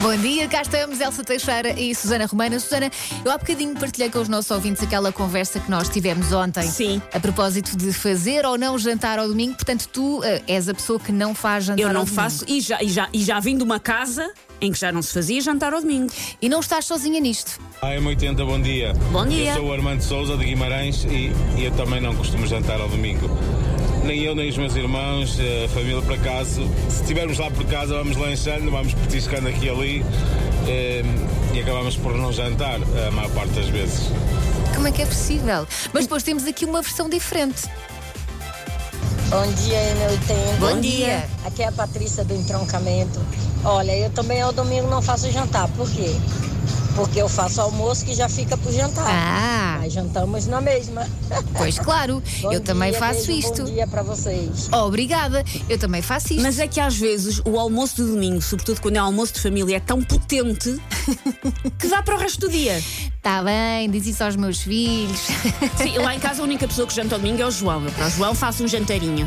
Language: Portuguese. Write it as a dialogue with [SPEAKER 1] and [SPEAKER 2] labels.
[SPEAKER 1] Bom dia, cá estamos, Elsa Teixeira e Susana Romana. Susana, eu há bocadinho partilhei com os nossos ouvintes aquela conversa que nós tivemos ontem.
[SPEAKER 2] Sim.
[SPEAKER 1] A propósito de fazer ou não jantar ao domingo. Portanto, tu eh, és a pessoa que não faz jantar
[SPEAKER 2] Eu
[SPEAKER 1] ao
[SPEAKER 2] não
[SPEAKER 1] domingo.
[SPEAKER 2] faço e já, e, já, e já vim de uma casa em que já não se fazia jantar ao domingo.
[SPEAKER 1] E não estás sozinha nisto.
[SPEAKER 3] AM80, bom dia.
[SPEAKER 2] Bom dia.
[SPEAKER 3] Eu sou o Armando Souza de Guimarães e, e eu também não costumo jantar ao domingo. Nem eu, nem os meus irmãos, eh, a família por acaso. Se estivermos lá por casa, vamos lanchando, vamos petiscando aqui e ali eh, e acabamos por não jantar a maior parte das vezes.
[SPEAKER 1] Como é que é possível? Mas depois temos aqui uma versão diferente.
[SPEAKER 4] Bom dia, M80.
[SPEAKER 1] Bom Bom dia. dia.
[SPEAKER 4] Aqui é a Patrícia do Entroncamento. Olha, eu também ao domingo não faço jantar. Por quê? Porque eu faço almoço que já fica pro jantar.
[SPEAKER 1] Ah,
[SPEAKER 4] Mas jantamos na mesma.
[SPEAKER 1] pois claro,
[SPEAKER 4] Bom
[SPEAKER 1] eu também
[SPEAKER 4] dia,
[SPEAKER 1] faço
[SPEAKER 4] beijo,
[SPEAKER 1] isto.
[SPEAKER 4] Bom dia para vocês.
[SPEAKER 1] Obrigada, eu também faço isto.
[SPEAKER 2] Mas é que às vezes o almoço de domingo, sobretudo quando é almoço de família, é tão potente que dá para o resto do dia.
[SPEAKER 1] Está Tá bem, diz isso aos meus filhos.
[SPEAKER 2] Sim, lá em casa a única pessoa que janta ao domingo é o João. Eu para o João faço um jantarinho.